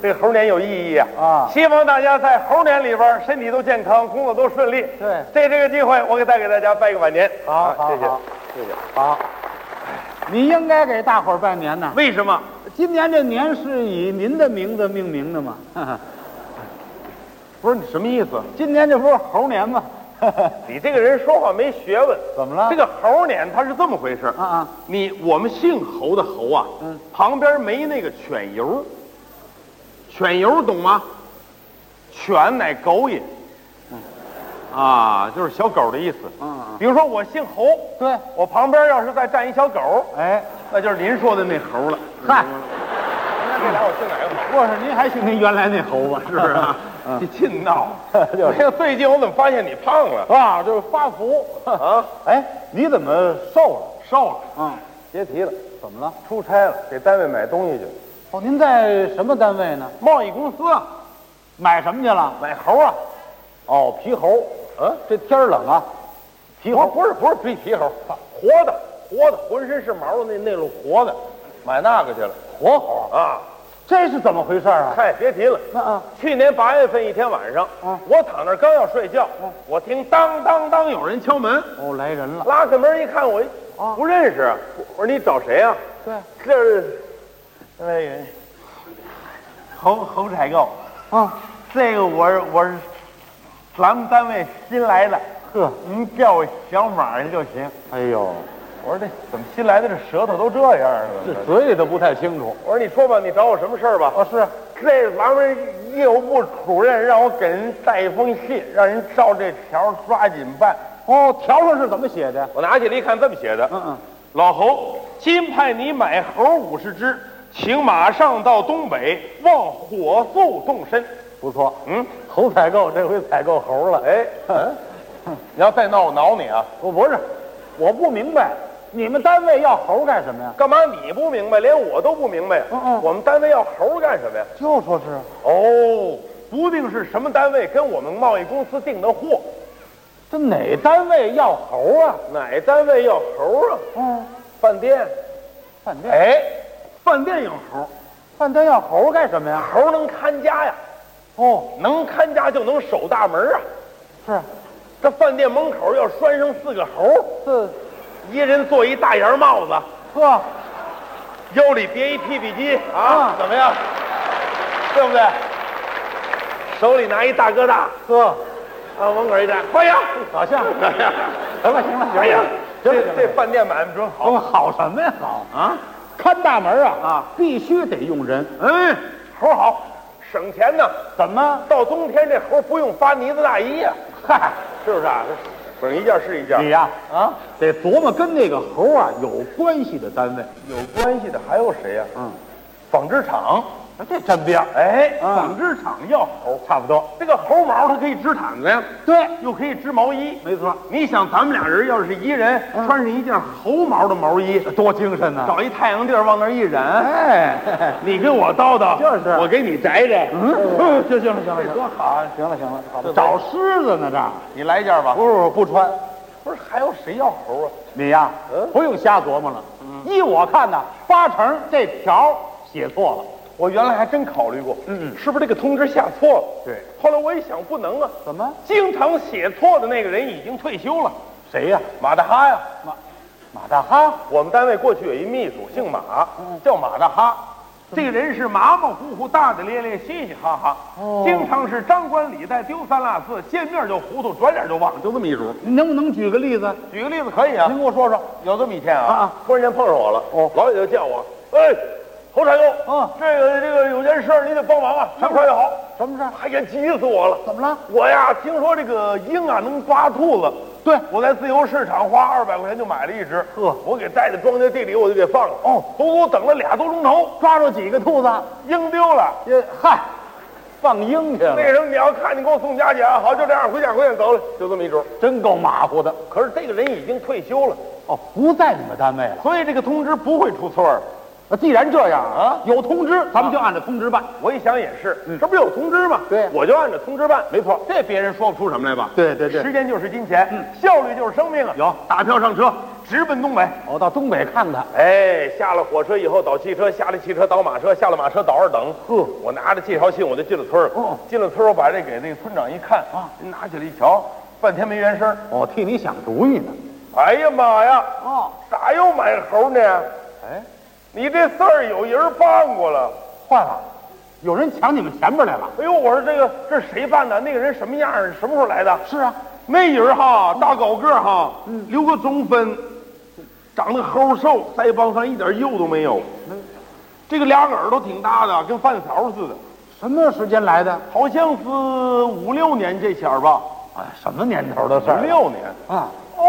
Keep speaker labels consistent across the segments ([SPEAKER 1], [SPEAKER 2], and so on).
[SPEAKER 1] 对猴年有意义啊！
[SPEAKER 2] 啊
[SPEAKER 1] 希望大家在猴年里边儿身体都健康，工作都顺利。
[SPEAKER 2] 对
[SPEAKER 1] 借这个机会，我给再给大家拜个晚年。
[SPEAKER 2] 好
[SPEAKER 1] 啊
[SPEAKER 2] 好
[SPEAKER 1] 谢谢
[SPEAKER 2] 好，
[SPEAKER 1] 谢谢。
[SPEAKER 2] 好，您应该给大伙儿拜年呢。
[SPEAKER 1] 为什么？
[SPEAKER 2] 今年这年是以您的名字命名的嘛？
[SPEAKER 1] 不是你什么意思？
[SPEAKER 2] 今年这不是猴年吗？
[SPEAKER 1] 你这个人说话没学问。
[SPEAKER 2] 怎么了
[SPEAKER 1] 这个猴年它是这么回事
[SPEAKER 2] 啊啊！
[SPEAKER 1] 你我们姓侯的侯啊，
[SPEAKER 2] 嗯，
[SPEAKER 1] 旁边没那个犬油，犬油懂吗？犬乃狗也，嗯，啊，就是小狗的意思。
[SPEAKER 2] 嗯嗯
[SPEAKER 1] 比如说我姓侯，
[SPEAKER 2] 对，
[SPEAKER 1] 我旁边要是再站一小狗，
[SPEAKER 2] 哎，
[SPEAKER 1] 那就是您说的那猴了。
[SPEAKER 2] 嗨，
[SPEAKER 1] 那这俩我姓哪个好？
[SPEAKER 2] 我说您还姓您原来那猴吧？，
[SPEAKER 1] 是不是啊？你近道
[SPEAKER 2] 就是
[SPEAKER 1] 哎呀最近我怎么发现你胖了？
[SPEAKER 2] 啊，就是发福。
[SPEAKER 1] 啊，
[SPEAKER 2] 哎，你怎么瘦了？
[SPEAKER 1] 瘦了，
[SPEAKER 2] 嗯，
[SPEAKER 1] 别提了，
[SPEAKER 2] 怎么了？
[SPEAKER 1] 出差了，给单位买东西去了。
[SPEAKER 2] 哦，您在什么单位呢？
[SPEAKER 1] 贸易公司啊，
[SPEAKER 2] 买什么去了？
[SPEAKER 1] 买猴啊，
[SPEAKER 2] 哦，皮猴。
[SPEAKER 1] 嗯，
[SPEAKER 2] 这天儿冷啊，皮
[SPEAKER 1] 不是
[SPEAKER 2] 猴。
[SPEAKER 1] 不是不是皮皮猴，活的活的，浑身是毛的那那路活的，买那个去了
[SPEAKER 2] 活猴，
[SPEAKER 1] 啊！
[SPEAKER 2] 哦这是怎么回事儿啊？
[SPEAKER 1] 嗨，别提了。
[SPEAKER 2] 那啊，
[SPEAKER 1] 去年八月份一天晚上，
[SPEAKER 2] 啊
[SPEAKER 1] 我躺那儿刚要睡觉，我听当当当有人敲门，
[SPEAKER 2] 哦，来人了。
[SPEAKER 1] 拉开门一看，我
[SPEAKER 2] 啊
[SPEAKER 1] 不认识，我说你找谁啊？
[SPEAKER 2] 对，
[SPEAKER 1] 这儿，哎呀，侯侯采购，
[SPEAKER 2] 啊，
[SPEAKER 1] 这个我是我是咱们单位新来的，
[SPEAKER 2] 呵，
[SPEAKER 1] 您叫我小马儿就行。
[SPEAKER 2] 哎呦，
[SPEAKER 1] 我说这怎么新来的这舌头都这样啊？
[SPEAKER 2] 这嘴里都不太清楚。
[SPEAKER 1] 我说你说吧，你找我什么事儿吧？
[SPEAKER 2] 哦，是，
[SPEAKER 1] 这咱们业务部主任让我给人带一封信，让人照这条抓紧办。
[SPEAKER 2] 哦，条上是怎么写的？
[SPEAKER 1] 我拿起来一看，这么写的：
[SPEAKER 2] 嗯嗯，
[SPEAKER 1] 老侯，今派你买猴五十只，请马上到东北，望火速动身。
[SPEAKER 2] 不错。
[SPEAKER 1] 嗯，
[SPEAKER 2] 猴采购这回采购猴了。
[SPEAKER 1] 哎，你要再闹，我挠你啊！
[SPEAKER 2] 不不是，我不明白，你们单位要猴干什么呀？
[SPEAKER 1] 干嘛你不明白，连我都不明白呀？
[SPEAKER 2] 嗯嗯
[SPEAKER 1] 我们单位要猴干什么呀？
[SPEAKER 2] 就说是，
[SPEAKER 1] 哦，不定是什么单位跟我们贸易公司订的货，
[SPEAKER 2] 这哪单位要猴啊？
[SPEAKER 1] 哪单位要猴啊？
[SPEAKER 2] 嗯，
[SPEAKER 1] 饭店。
[SPEAKER 2] 饭店，
[SPEAKER 1] 哎，饭店有猴，
[SPEAKER 2] 饭店要猴干什么呀？
[SPEAKER 1] 猴能看家呀，
[SPEAKER 2] 哦，
[SPEAKER 1] 能看家就能守大门啊。
[SPEAKER 2] 是，
[SPEAKER 1] 这饭店门口要拴上四个猴，
[SPEAKER 2] 这，
[SPEAKER 1] 一人做一大檐帽子，
[SPEAKER 2] 呵，
[SPEAKER 1] 腰里别一屁屁鸡啊
[SPEAKER 2] 啊，
[SPEAKER 1] 怎么样？对不对？手里拿一大哥大，
[SPEAKER 2] 呵，
[SPEAKER 1] 啊，门口一站，欢迎。
[SPEAKER 2] 好 像，行
[SPEAKER 1] 哎呀，
[SPEAKER 2] 了行了行了，
[SPEAKER 1] 哎呀，
[SPEAKER 2] 行
[SPEAKER 1] 这
[SPEAKER 2] 了
[SPEAKER 1] 这饭店买卖真好
[SPEAKER 2] 好好什么呀？好
[SPEAKER 1] 啊！
[SPEAKER 2] 看大门啊哎
[SPEAKER 1] 啊，
[SPEAKER 2] 必须得用人。
[SPEAKER 1] 嗯，猴好，省钱呢。
[SPEAKER 2] 怎么？
[SPEAKER 1] 到冬天这猴不用发呢子大衣呀、
[SPEAKER 2] 嗨，
[SPEAKER 1] 是不是啊？省一件是一件
[SPEAKER 2] 你。呀啊，得琢磨跟那个猴啊有关系的单位。
[SPEAKER 1] 有关系的还有谁呀、
[SPEAKER 2] 嗯，啊
[SPEAKER 1] 纺织厂。
[SPEAKER 2] 这真变
[SPEAKER 1] 哎，
[SPEAKER 2] 嗯
[SPEAKER 1] 纺织厂要猴，
[SPEAKER 2] 差不多。
[SPEAKER 1] 这个猴毛它可以织毯子呀，
[SPEAKER 2] 对，
[SPEAKER 1] 又可以织毛衣。
[SPEAKER 2] 没错，
[SPEAKER 1] 你想，咱们俩人要是一人穿上一件猴毛的毛衣，
[SPEAKER 2] 嗯啊多精神呐！
[SPEAKER 1] 找一太阳地儿往那儿一忍，
[SPEAKER 2] 哎，
[SPEAKER 1] 你给我叨叨，
[SPEAKER 2] 就是
[SPEAKER 1] 我给你摘摘。
[SPEAKER 2] 嗯，行行了行了，
[SPEAKER 1] 这
[SPEAKER 2] 行
[SPEAKER 1] 多
[SPEAKER 2] 了
[SPEAKER 1] 好啊！
[SPEAKER 2] 行了行了，好吧找狮子呢这儿？
[SPEAKER 1] 你来一件吧。
[SPEAKER 2] 不不不穿，
[SPEAKER 1] 不是，还有谁要猴啊？
[SPEAKER 2] 你呀
[SPEAKER 1] 嗯
[SPEAKER 2] 不用瞎琢磨了。依我看呐，八成这条写错了。
[SPEAKER 1] 我原来还真考虑过，
[SPEAKER 2] 嗯嗯
[SPEAKER 1] 是不是这个通知下错了？
[SPEAKER 2] 对，
[SPEAKER 1] 后来我一想，不能啊，
[SPEAKER 2] 怎么？
[SPEAKER 1] 经常写错的那个人已经退休了，
[SPEAKER 2] 谁呀？
[SPEAKER 1] 马大哈呀。
[SPEAKER 2] 马马大哈？
[SPEAKER 1] 我们单位过去有一秘书，姓马，
[SPEAKER 2] 嗯
[SPEAKER 1] 叫马大哈。这个人是马马虎虎、大大咧咧、嘻嘻哈哈，
[SPEAKER 2] 哦
[SPEAKER 1] 经常是张冠李戴、丢三落四，见面就糊涂，转脸就忘，就这么一主。
[SPEAKER 2] 您能不能举个例子？
[SPEAKER 1] 举个例子可以啊，
[SPEAKER 2] 您给我说说。
[SPEAKER 1] 有这么一天啊，
[SPEAKER 2] 啊啊
[SPEAKER 1] 突然间碰上我了，
[SPEAKER 2] 哦
[SPEAKER 1] 老李就叫我，哎，侯产沟，
[SPEAKER 2] 嗯
[SPEAKER 1] 这个这个有件事儿你得帮忙啊，越快越好。
[SPEAKER 2] 什么事儿？
[SPEAKER 1] 哎呀，急死我了！
[SPEAKER 2] 怎么了？
[SPEAKER 1] 我呀，听说这个鹰啊能抓兔子，
[SPEAKER 2] 对
[SPEAKER 1] 我在自由市场花二百块钱就买了一只，
[SPEAKER 2] 呵
[SPEAKER 1] 我给带到庄稼地里，我就给放了。
[SPEAKER 2] 哦，
[SPEAKER 1] 足足等了俩多钟头，
[SPEAKER 2] 抓住几个兔子？
[SPEAKER 1] 鹰丢了。
[SPEAKER 2] 也嗨，放鹰去
[SPEAKER 1] 那
[SPEAKER 2] 了，
[SPEAKER 1] 个什么，你要看，你给我送家去啊！好，就这样，回家回家走了，就这么一折。
[SPEAKER 2] 真够马虎的。
[SPEAKER 1] 可是这个人已经退休了，
[SPEAKER 2] 哦，不在你们单位了。
[SPEAKER 1] 所以这个通知不会出错儿。
[SPEAKER 2] 那既然这样
[SPEAKER 1] 啊，
[SPEAKER 2] 有通知，咱们就按照通知办。
[SPEAKER 1] 我一想也是，这不是有通知吗？
[SPEAKER 2] 对
[SPEAKER 1] 我就按照通知办。
[SPEAKER 2] 没错
[SPEAKER 1] 这别人说不出什么来吧？
[SPEAKER 2] 对对对
[SPEAKER 1] 嗯时间就是金钱，效率就是生命啊！有打票上车，直奔东北。
[SPEAKER 2] 我哦到东北看他，
[SPEAKER 1] 哎，下了火车以后倒汽车，下了汽车倒马车，下了马车倒二等。
[SPEAKER 2] 呵
[SPEAKER 1] 我拿着介绍信我就进了村儿。
[SPEAKER 2] 哦
[SPEAKER 1] 进了村儿我把这给那个村长一看
[SPEAKER 2] 啊，
[SPEAKER 1] 您拿起来一瞧，半天没原声儿。
[SPEAKER 2] 我哦替你想主意呢。
[SPEAKER 1] 哎呀妈呀，
[SPEAKER 2] 哦，
[SPEAKER 1] 咋又买猴呢？
[SPEAKER 2] 哎，
[SPEAKER 1] 你这事儿有人办过了。
[SPEAKER 2] 坏了，有人抢你们前边来了。
[SPEAKER 1] 哎呦，我说这个这是谁办的？那个人什么样儿？什么时候来的？
[SPEAKER 2] 是啊，
[SPEAKER 1] 那人哈，大高个儿哈，
[SPEAKER 2] 嗯
[SPEAKER 1] 嗯留个中分，长得齁瘦，腮帮上一点肉都没有。
[SPEAKER 2] 嗯
[SPEAKER 1] 这个俩耳朵挺大的，跟饭勺似的，
[SPEAKER 2] 什么时间来的？
[SPEAKER 1] 好像是五六年这前儿吧，
[SPEAKER 2] 哎，什么年头的事
[SPEAKER 1] 五
[SPEAKER 2] 儿
[SPEAKER 1] 六年。
[SPEAKER 2] 啊？
[SPEAKER 1] 哦，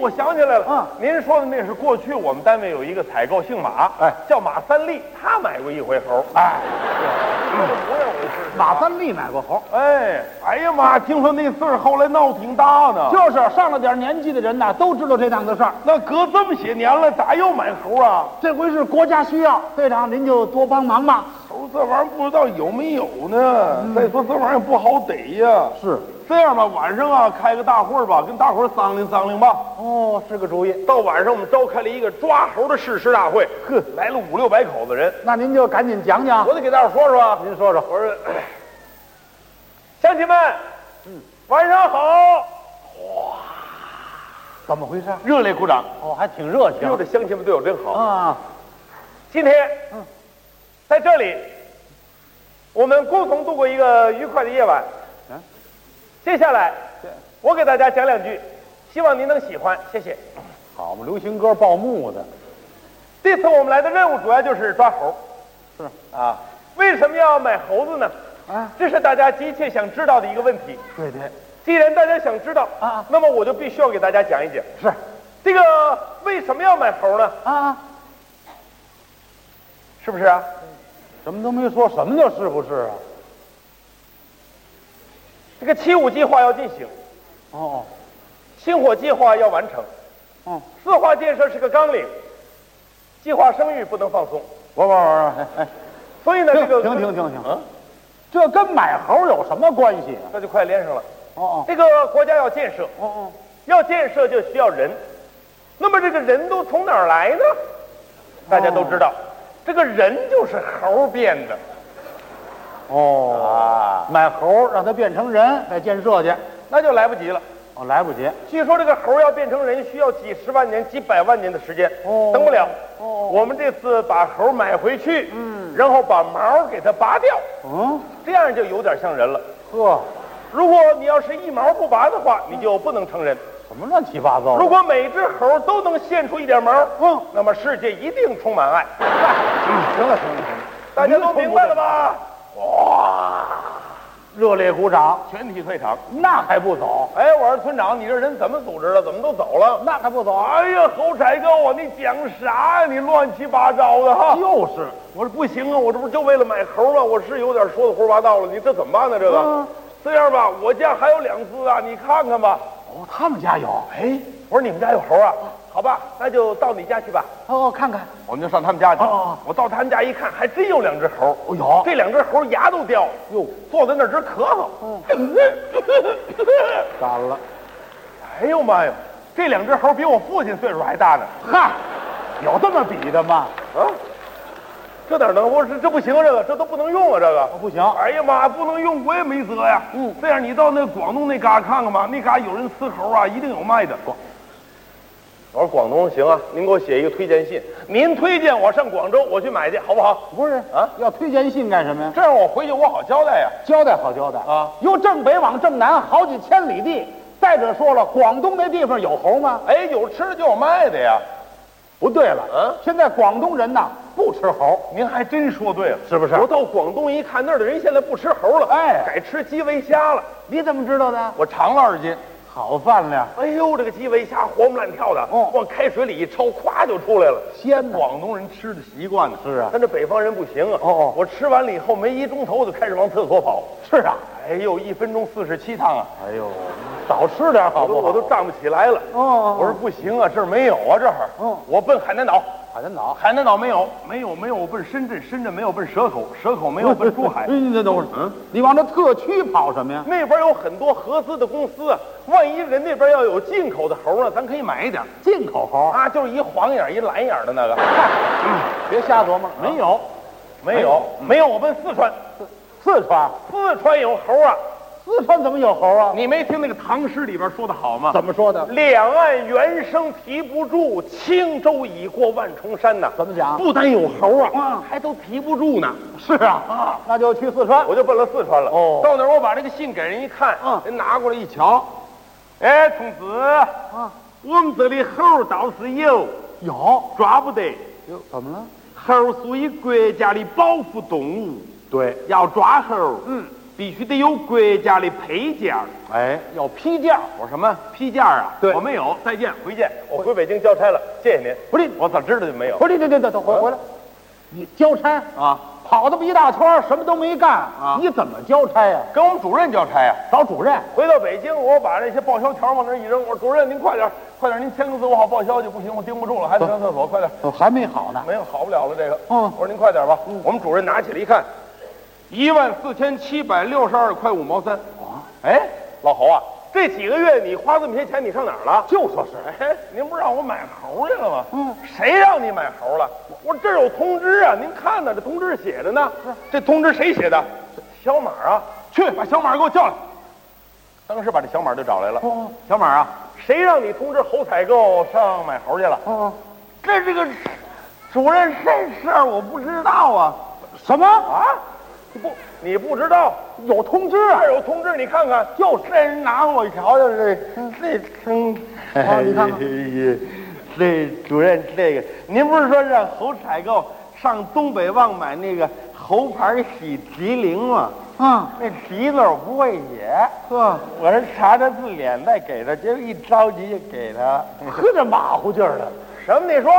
[SPEAKER 1] 我想起来了，
[SPEAKER 2] 嗯
[SPEAKER 1] 您说的那是过去我们单位有一个采购姓马，
[SPEAKER 2] 哎
[SPEAKER 1] 叫马三立，他买过一回猴，
[SPEAKER 2] 哎，
[SPEAKER 1] 说的不像我似的。
[SPEAKER 2] 马三立买过猴，
[SPEAKER 1] 哎，哎呀妈！听说那事儿后来闹挺大呢，
[SPEAKER 2] 就是上了点年纪的人呐，都知道这档子事儿。
[SPEAKER 1] 那隔这么些年了，咋又买猴啊？
[SPEAKER 2] 这回是国家需要，队长您就多帮忙吧。
[SPEAKER 1] 猴这玩意儿不知道有没有呢。再说这玩意儿也不好逮呀。
[SPEAKER 2] 嗯是，
[SPEAKER 1] 这样吧，晚上啊开个大会儿吧，跟大伙儿商量商量吧。
[SPEAKER 2] 哦，是个主意。
[SPEAKER 1] 到晚上我们召开了一个抓猴的誓师大会，呵，来了五六百口子人。
[SPEAKER 2] 那您就赶紧讲讲。
[SPEAKER 1] 我得给大伙儿说说啊，
[SPEAKER 2] 您说说，
[SPEAKER 1] 我说，哎乡亲们，嗯晚上好！
[SPEAKER 2] 怎么回事？
[SPEAKER 1] 热烈鼓掌。
[SPEAKER 2] 哦，还挺热
[SPEAKER 1] 哟，这乡亲们对我真好。嗯
[SPEAKER 2] 啊！
[SPEAKER 1] 今天，在这里，我们共同度过一个愉快的夜晚。
[SPEAKER 2] 嗯
[SPEAKER 1] 接下来，我给大家讲两句，希望您能喜欢，谢谢。
[SPEAKER 2] 好嘛，流行歌报幕的，
[SPEAKER 1] 这次我们来的任务主要就是抓猴。
[SPEAKER 2] 是
[SPEAKER 1] 啊，为什么要买猴子呢？
[SPEAKER 2] 啊，
[SPEAKER 1] 这是大家急切想知道的一个问题。
[SPEAKER 2] 对对，
[SPEAKER 1] 既然大家想知道
[SPEAKER 2] 啊
[SPEAKER 1] 那么我就必须要给大家讲一讲
[SPEAKER 2] 是
[SPEAKER 1] 这个为什么要买猴呢？
[SPEAKER 2] 啊，
[SPEAKER 1] 是不是啊？
[SPEAKER 2] 什么都没说，什么叫是不是啊？
[SPEAKER 1] 这个七五计划要进行，
[SPEAKER 2] 哦
[SPEAKER 1] 星火计划要完成。
[SPEAKER 2] 哦，
[SPEAKER 1] 四化建设是个纲领，计划生育不能放松，
[SPEAKER 2] 我我我，哎哎，
[SPEAKER 1] 所以呢，这
[SPEAKER 2] 停
[SPEAKER 1] 个
[SPEAKER 2] 停停停停，
[SPEAKER 1] 嗯，
[SPEAKER 2] 这跟买猴有什么关系啊？
[SPEAKER 1] 那就快连上了。
[SPEAKER 2] 哦
[SPEAKER 1] 这个国家要建设，
[SPEAKER 2] 哦哦
[SPEAKER 1] 要建设就需要人，那么这个人都从哪儿来呢？大家都知道，这个人就是猴儿变的
[SPEAKER 2] 哦哦，
[SPEAKER 1] 啊，
[SPEAKER 2] 买猴让它变成人，再建设去，
[SPEAKER 1] 那就来不及了。
[SPEAKER 2] 哦，来不及。
[SPEAKER 1] 据说这个猴儿要变成人需要几十万年、几百万年的时间，
[SPEAKER 2] 哦
[SPEAKER 1] 等不了。
[SPEAKER 2] 哦
[SPEAKER 1] 我们这次把猴儿买回去，嗯，然后把毛儿给它拔掉，
[SPEAKER 2] 嗯，
[SPEAKER 1] 这样就有点像人了。
[SPEAKER 2] 呵，
[SPEAKER 1] 如果你要是一毛不拔的话，
[SPEAKER 2] 嗯
[SPEAKER 1] 你就不能成人。
[SPEAKER 2] 什么乱七八糟的？
[SPEAKER 1] 如果每只猴都能献出一点毛，
[SPEAKER 2] 嗯，
[SPEAKER 1] 那么世界一定充满爱。
[SPEAKER 2] 行了行了行了，
[SPEAKER 1] 大家都明白了吧？
[SPEAKER 2] 热烈鼓掌，
[SPEAKER 1] 全体退场。
[SPEAKER 2] 那还不走？
[SPEAKER 1] 哎，我说村长，你这人怎么组织的？怎么都走了？
[SPEAKER 2] 那还不走？
[SPEAKER 1] 哎呀，侯彩哥，我你讲啥呀？你乱七八糟的哈！
[SPEAKER 2] 就是，
[SPEAKER 1] 我说不行啊，我这不就为了买猴吗？我是有点说的胡说八道了，你这怎么办呢？这个，
[SPEAKER 2] 嗯
[SPEAKER 1] 这样吧，我家还有两只啊，你看看吧。
[SPEAKER 2] 哦，他们家有，哎，
[SPEAKER 1] 我说你们家有猴啊？好吧，那就到你家去吧。
[SPEAKER 2] 哦，看看，
[SPEAKER 1] 我们就上他们家去。
[SPEAKER 2] 哦哦
[SPEAKER 1] 我到他们家一看，还真有两只猴。
[SPEAKER 2] 哦有
[SPEAKER 1] 这两只猴牙都掉了，
[SPEAKER 2] 哟，
[SPEAKER 1] 坐在那儿直咳嗽。
[SPEAKER 2] 干了，
[SPEAKER 1] 哎呦妈呀，这两只猴比我父亲岁数还大呢。
[SPEAKER 2] 嗨，有这么比的吗？
[SPEAKER 1] 啊，这哪能？我说这不行，这个这都不能用啊，这个。
[SPEAKER 2] 不行，
[SPEAKER 1] 哎呀妈，不能用我也没辙呀。
[SPEAKER 2] 嗯，
[SPEAKER 1] 这样你到那广东那嘎看看吧，那嘎有人吃猴啊，一定有卖的。我说广东行啊，您给我写一个推荐信，您推荐我上广州，我去买去，好不好？
[SPEAKER 2] 不是
[SPEAKER 1] 啊，
[SPEAKER 2] 要推荐信干什么呀？
[SPEAKER 1] 这样我回去我好交代呀。
[SPEAKER 2] 交代好交代
[SPEAKER 1] 啊！
[SPEAKER 2] 由正北往正南好几千里地。再者说了，广东那地方有猴吗？
[SPEAKER 1] 哎，有吃的就有卖的呀。
[SPEAKER 2] 不对了，
[SPEAKER 1] 嗯
[SPEAKER 2] 现在广东人呐不吃猴，
[SPEAKER 1] 您还真说对了，
[SPEAKER 2] 是不是
[SPEAKER 1] 我到广东一看，那儿的人现在不吃猴了，
[SPEAKER 2] 哎
[SPEAKER 1] 改吃基围虾了。
[SPEAKER 2] 你怎么知道的？
[SPEAKER 1] 我尝了二斤，
[SPEAKER 2] 好饭量，
[SPEAKER 1] 哎呦，这个基围虾活蹦乱跳的，
[SPEAKER 2] 哦
[SPEAKER 1] 往开水里一焯，咵就出来了。
[SPEAKER 2] 鲜呐！
[SPEAKER 1] 广东人吃的习惯呢，
[SPEAKER 2] 是啊
[SPEAKER 1] 但这北方人不行啊。
[SPEAKER 2] 哦哦
[SPEAKER 1] 我吃完了以后没一钟头，我就开始往厕所跑。
[SPEAKER 2] 是啊，
[SPEAKER 1] 哎呦，一分钟四十七趟啊，
[SPEAKER 2] 哎呦，少吃点好
[SPEAKER 1] 我都
[SPEAKER 2] 不好？
[SPEAKER 1] 我都站不起来了。
[SPEAKER 2] 哦哦哦
[SPEAKER 1] 我说不行啊，这儿没有啊，这儿。
[SPEAKER 2] 嗯
[SPEAKER 1] 我奔海南岛。
[SPEAKER 2] 海南 岛。
[SPEAKER 1] 海南岛没有，没有，没有奔深圳，深圳没有奔蛇口，蛇口没有奔珠海
[SPEAKER 2] 哎，。你等等会儿， 嗯，你往这特区跑什么呀？
[SPEAKER 1] 那边有很多合资的公司啊，万一人那边要有进口的猴呢，咱可以买一点儿
[SPEAKER 2] 进口猴，
[SPEAKER 1] 啊，就是一黄眼儿一蓝眼儿的那个。嗯
[SPEAKER 2] 别瞎琢磨，啊哎嗯没有。
[SPEAKER 1] 没有，没有，我奔四川，
[SPEAKER 2] 四川，
[SPEAKER 1] 四川有猴啊！
[SPEAKER 2] 四川怎么有猴啊？
[SPEAKER 1] 你没听那个唐诗里边说的好吗？
[SPEAKER 2] 怎么说的？
[SPEAKER 1] 两岸猿声啼不住，轻舟已过万重山呐。
[SPEAKER 2] 怎么讲
[SPEAKER 1] 不单有猴啊，还都提不住呢。
[SPEAKER 2] 是啊，啊，那就去四川。
[SPEAKER 1] 我就奔了四川了。
[SPEAKER 2] 哦
[SPEAKER 1] 到那儿我把这个信给人一看，
[SPEAKER 2] 嗯
[SPEAKER 1] 人拿过来一瞧，哎，童子，
[SPEAKER 2] 啊，
[SPEAKER 1] 啊我们这里猴倒是有，
[SPEAKER 2] 有，
[SPEAKER 1] 抓不得。
[SPEAKER 2] 有怎么了？
[SPEAKER 1] 猴属于国家的保护动物，
[SPEAKER 2] 对，
[SPEAKER 1] 要抓猴，嗯，必须得有国家的配件儿。
[SPEAKER 2] 哎，要批件儿，
[SPEAKER 1] 我什么批件儿啊？
[SPEAKER 2] 对
[SPEAKER 1] 我没有，再见，回见。我回北京交差了，谢谢您。
[SPEAKER 2] 不是，
[SPEAKER 1] 我咋知道就没有？
[SPEAKER 2] 不是，等等等等，回回来，你交差
[SPEAKER 1] 啊，
[SPEAKER 2] 跑这么一大圈儿，什么都没干啊你怎么交差呀？
[SPEAKER 1] 跟我们主任交差啊呀、
[SPEAKER 2] 找主任，
[SPEAKER 1] 回到北京，我把那些报销条往那儿一扔，我说主任您快点儿，快点儿，您签个字，我好报销去。不行，我盯不住了，还得上厕所，快点儿。
[SPEAKER 2] 哦，还没好呢。
[SPEAKER 1] 没有，好不了了这个。
[SPEAKER 2] 嗯
[SPEAKER 1] 我说您快点儿吧。我们主任拿起来一看，一万四千七百六十二块五毛三。
[SPEAKER 2] 哦
[SPEAKER 1] 哎，老侯啊，这几个月你花这么些钱，你上哪儿了？
[SPEAKER 2] 就说是，
[SPEAKER 1] 哎，您不让我买猴去了吗？嗯，谁让你买猴了？我这儿有通知啊，您看呢，这通知写着呢。这通知谁写的？小马啊，去把小马给我叫来。当时把这小马就找来了。
[SPEAKER 2] 哦
[SPEAKER 1] 小马啊，谁让你通知侯采购上买猴去了？
[SPEAKER 2] 哦，
[SPEAKER 1] 这这个主任这事儿我不知道啊
[SPEAKER 2] 什么
[SPEAKER 1] 啊！你不，你不知道？
[SPEAKER 2] 有通知啊
[SPEAKER 1] 这？儿有通知，你看看。
[SPEAKER 2] 就是
[SPEAKER 1] 这人拿我一瞧就是这啊称，
[SPEAKER 2] 哦你看看
[SPEAKER 1] 哎这主任这个，您不是说让侯采购上东北旺买那个猴牌喜吉灵吗？
[SPEAKER 2] 啊，
[SPEAKER 1] 那吉字我不会写，
[SPEAKER 2] 呵，
[SPEAKER 1] 我是查查字典再给他，结果一着急就给他。
[SPEAKER 2] 呵，这马虎劲儿的，
[SPEAKER 1] 什么？你说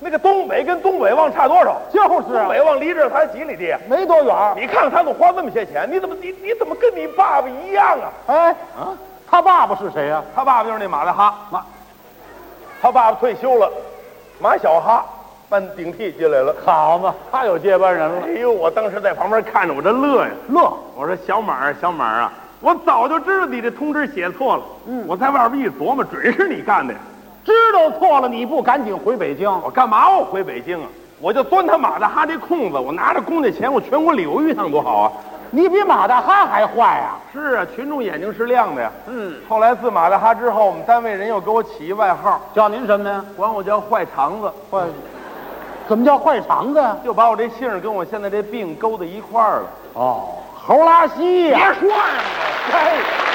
[SPEAKER 1] 那个东北跟东北旺差多少？
[SPEAKER 2] 就是
[SPEAKER 1] 东
[SPEAKER 2] 啊
[SPEAKER 1] 北旺离这儿才几里地啊？
[SPEAKER 2] 没多远儿。
[SPEAKER 1] 你看看他怎么花这么些钱？你怎么你你怎么跟你爸爸一样啊？
[SPEAKER 2] 哎，啊，他爸爸是谁呀？
[SPEAKER 1] 他爸爸就是那马大哈，
[SPEAKER 2] 马，
[SPEAKER 1] 他爸爸退休了，马小哈办顶替进来了。
[SPEAKER 2] 好嘛，他有接班人了
[SPEAKER 1] 哎。呦，我当时在旁边看着，我这乐呀！
[SPEAKER 2] 乐，
[SPEAKER 1] 我说小马儿，小马儿啊，我早就知道你这通知写错了。嗯，我在外边一琢磨，准是你干的呀！
[SPEAKER 2] 知道错了，你不赶紧回北京？
[SPEAKER 1] 我干嘛我回北京啊？我就钻他马大哈这空子，我拿着公家钱，我全国旅游一趟多好啊！
[SPEAKER 2] 你比马大哈还坏呀、
[SPEAKER 1] 是啊，群众眼睛是亮的呀。嗯，后来自马大哈之后，我们单位人又给我起一外号，
[SPEAKER 2] 叫您什么呀？
[SPEAKER 1] 管我叫坏肠子，
[SPEAKER 2] 坏，怎么叫坏肠子呀？
[SPEAKER 1] 就把我这姓儿跟我现在这病勾到一块儿了。
[SPEAKER 2] 哦，猴拉稀呀、
[SPEAKER 1] 别说呀！我